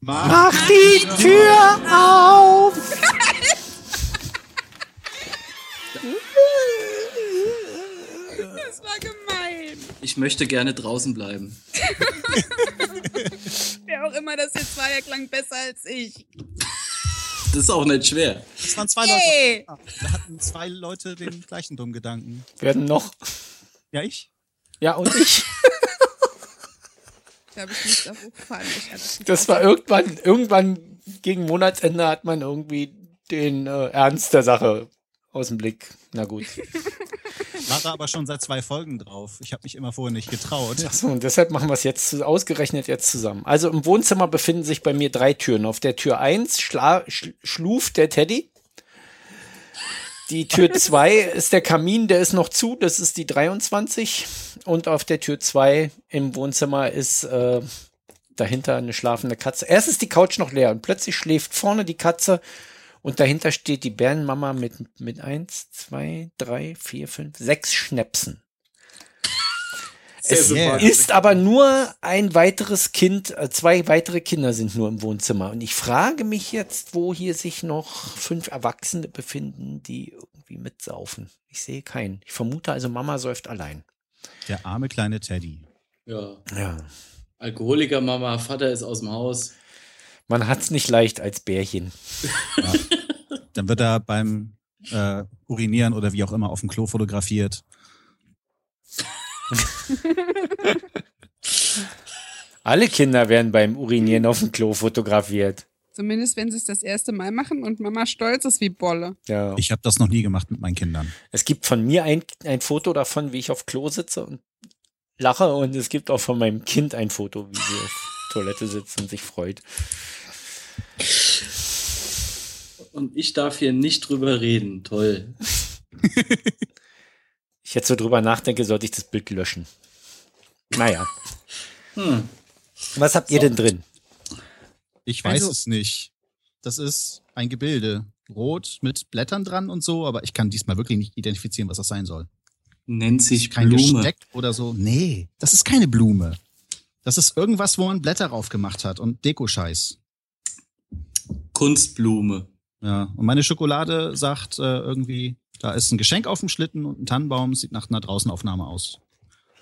Mach, die Tür auf! Das war gemein. Ich möchte gerne draußen bleiben. Wer auch immer das jetzt war, der klang besser als ich. Das ist auch nicht schwer. Das waren zwei Hey! Leute. Da hatten zwei Leute den gleichen dummen Gedanken. Werden noch. Ja, ich? Ja, und ich. Da habe ich nicht auf hochfahren. Ich hatte es nicht Das war irgendwann, irgendwann gegen Monatsende hat man irgendwie den äh, Ernst der Sache aus dem Blick. Na gut. War da aber schon seit zwei Folgen drauf. Ich habe mich immer vorher nicht getraut. Achso, und deshalb machen wir es jetzt zu- ausgerechnet jetzt zusammen. Also im Wohnzimmer befinden sich bei mir drei Türen. Auf der Tür 1 schla schl schluft der Teddy. Die Tür 2 ist der Kamin, der ist noch zu, das ist die 23. Und auf der Tür 2 im Wohnzimmer ist äh, dahinter eine schlafende Katze. Erst ist die Couch noch leer und plötzlich schläft vorne die Katze und dahinter steht die Bärenmama mit, mit 1, 2, 3, 4, 5, 6 Schnäpsen. Sehr Es sympathisch. ist aber nur ein weiteres Kind, äh, zwei weitere Kinder sind nur im Wohnzimmer. Und ich frage mich jetzt, wo hier sich noch fünf Erwachsene befinden, die irgendwie mitsaufen. Ich sehe keinen. Ich vermute also, Mama säuft allein. Der arme kleine Teddy. Ja. Ja. Alkoholiker Mama, Vater ist aus dem Haus. Man hat's nicht leicht als Bärchen. Dann wird er beim äh, Urinieren oder wie auch immer auf dem Klo fotografiert. Alle Kinder werden beim Urinieren auf dem Klo fotografiert. Zumindest wenn sie es das erste Mal machen und Mama stolz ist wie Bolle. Ja. Ich habe das noch nie gemacht mit meinen Kindern. es gibt von mir ein, ein Foto davon, wie ich auf Klo sitze und lache. Und es gibt auch von meinem Kind ein Foto, wie sie auf Toilette sitzt und sich freut. Und ich darf hier nicht drüber reden. Toll. Ich jetzt so drüber nachdenke, sollte ich das Bild löschen. Naja. Hm. Was habt ihr denn drin? Ich weiß Also- es nicht. Das ist ein Gebilde. Rot mit Blättern dran und so, aber ich kann diesmal wirklich nicht identifizieren, was das sein soll. Nennt sich Kein Blume. Gesteck oder so. Nee, das ist keine Blume. Das ist irgendwas, wo man Blätter raufgemacht hat und Dekoscheiß. Kunstblume. Ja, und meine Schokolade sagt äh, irgendwie, da ist ein Geschenk auf dem Schlitten und ein Tannenbaum, sieht nach einer Draußenaufnahme aus.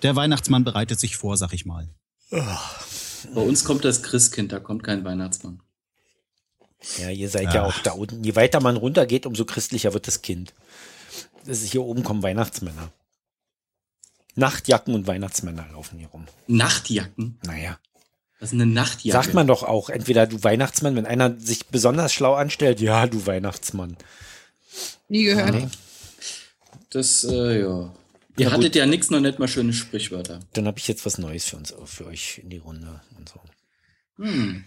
Der Weihnachtsmann bereitet sich vor, sag ich mal. Bei uns kommt das Christkind, da kommt kein Weihnachtsmann. Ja, ihr seid ja auch da unten. Je weiter man runtergeht, umso christlicher wird das Kind. Das ist hier oben kommen Weihnachtsmänner. Nachtjacken und Weihnachtsmänner laufen hier rum. Nachtjacken? Naja. Das ist eine Nachtjacke. Sagt man doch auch, entweder du Weihnachtsmann, wenn einer sich besonders schlau anstellt, ja, du Weihnachtsmann. Nie gehört. Das, äh, ja. Ihr Ja, gut. hattet ja nichts, noch nicht mal schöne Sprichwörter. Dann habe ich jetzt was Neues für uns, für euch in die Runde und so. Hm.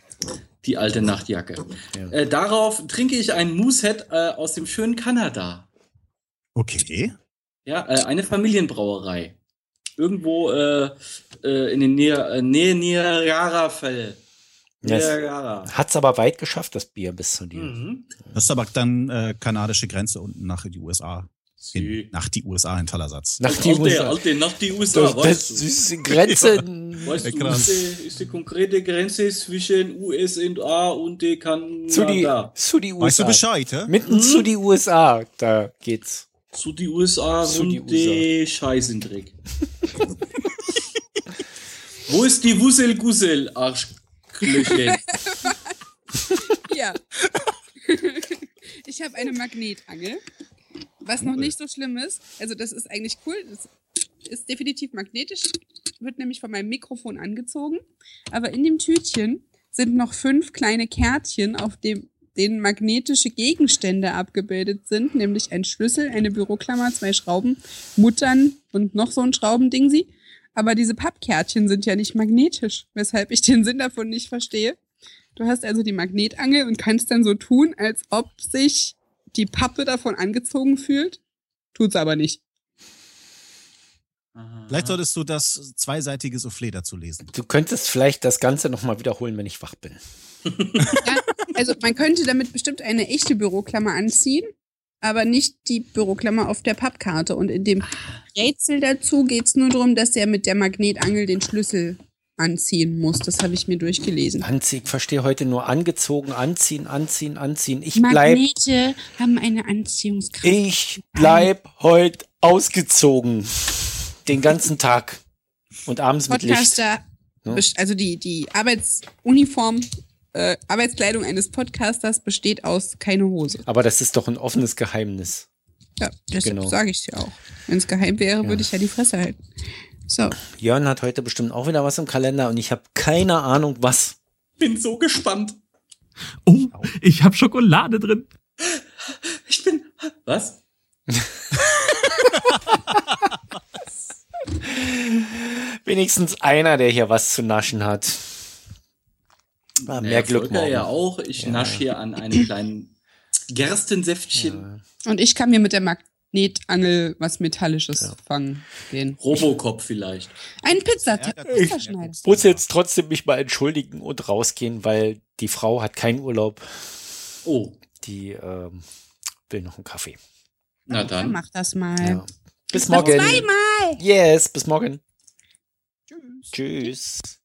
Die alte Nachtjacke. Äh, darauf trinke ich einen Moosehead äh, aus dem schönen Kanada. Okay. Ja, äh, eine Familienbrauerei. Irgendwo äh, äh, in den Nähe, äh, Nähe Niagara-Fälle. Yes. Niagara. Hat's aber weit geschafft, das Bier bis zu dir. Mhm. Das ist aber dann äh, kanadische Grenze unten nach die USA. Hin, nach die USA in Talersatz. Nach Die alte, alte, nach die USA, das, das weißt du? ist die Grenze Weißt du, Krass. ist die, ist die konkrete Grenze zwischen USA und die Kanada. zu die, zu die USA. Weißt du Bescheid, Hm? hä? Mitten zu die USA, da geht's. Zu die USA Zu und die die, Scheiße in Dreck. Wo ist die Wusselgussel, Arschklöchen? Ja. ich habe eine Magnetangel, was noch nicht so schlimm ist. Also das ist eigentlich cool. Das ist definitiv magnetisch, wird nämlich von meinem Mikrofon angezogen. Aber in dem Tütchen sind noch fünf kleine Kärtchen, auf dem, denen magnetische Gegenstände abgebildet sind, nämlich ein Schlüssel, eine Büroklammer, zwei Schrauben, Muttern und noch so ein Schraubending sie. Aber diese Pappkärtchen sind ja nicht magnetisch, weshalb ich den Sinn davon nicht verstehe. Du hast also die Magnetangel und kannst dann so tun, als ob sich die Pappe davon angezogen fühlt. Tut's aber nicht. Vielleicht solltest du das zweiseitige Soufflé dazu lesen. Du könntest vielleicht das Ganze nochmal wiederholen, wenn ich wach bin. Also man könnte damit bestimmt eine echte Büroklammer anziehen, aber nicht die Büroklammer auf der Pappkarte. Und in dem Rätsel dazu geht's nur darum, dass er mit der Magnetangel den Schlüssel anziehen muss. Das habe ich mir durchgelesen. Anziehen, ich verstehe heute nur angezogen, anziehen, anziehen, anziehen. Ich bleib, Magnete haben eine Anziehungskraft. ich bleib heute ausgezogen. Den ganzen Tag. Und abends mit Licht. Podcaster, Ne? best- also die, die Arbeitsuniform, äh, Arbeitskleidung eines Podcasters besteht aus keine Hose. Aber das ist doch ein offenes Geheimnis. Ja, deshalb Genau. sage ich es ja auch. Wenn es geheim wäre, Ja. würde ich ja die Fresse halten. So, Jörn hat heute bestimmt auch wieder was im Kalender und ich habe keine Ahnung, was. Bin so gespannt. Oh, ich habe Schokolade drin. Ich bin. Was? Wenigstens einer, der hier was zu naschen hat. Ah, mehr Naja, Glück Volker morgen. ja auch. Ich Ja. nasch hier an einem kleinen Gerstensäftchen. Ja. und ich kann mir mit der Magnetangel was Metallisches fangen gehen. Robocop vielleicht. Ein Pizza Ich- Pizzaschneider. muss jetzt trotzdem mich mal entschuldigen und rausgehen, weil die Frau hat keinen Urlaub. Oh, Die ähm, will noch einen Kaffee. na Dann dann. mach das mal. Ja. Bis Noch morgen. Zweimal. Yes, bis morgen. Tschüss. Tschüss.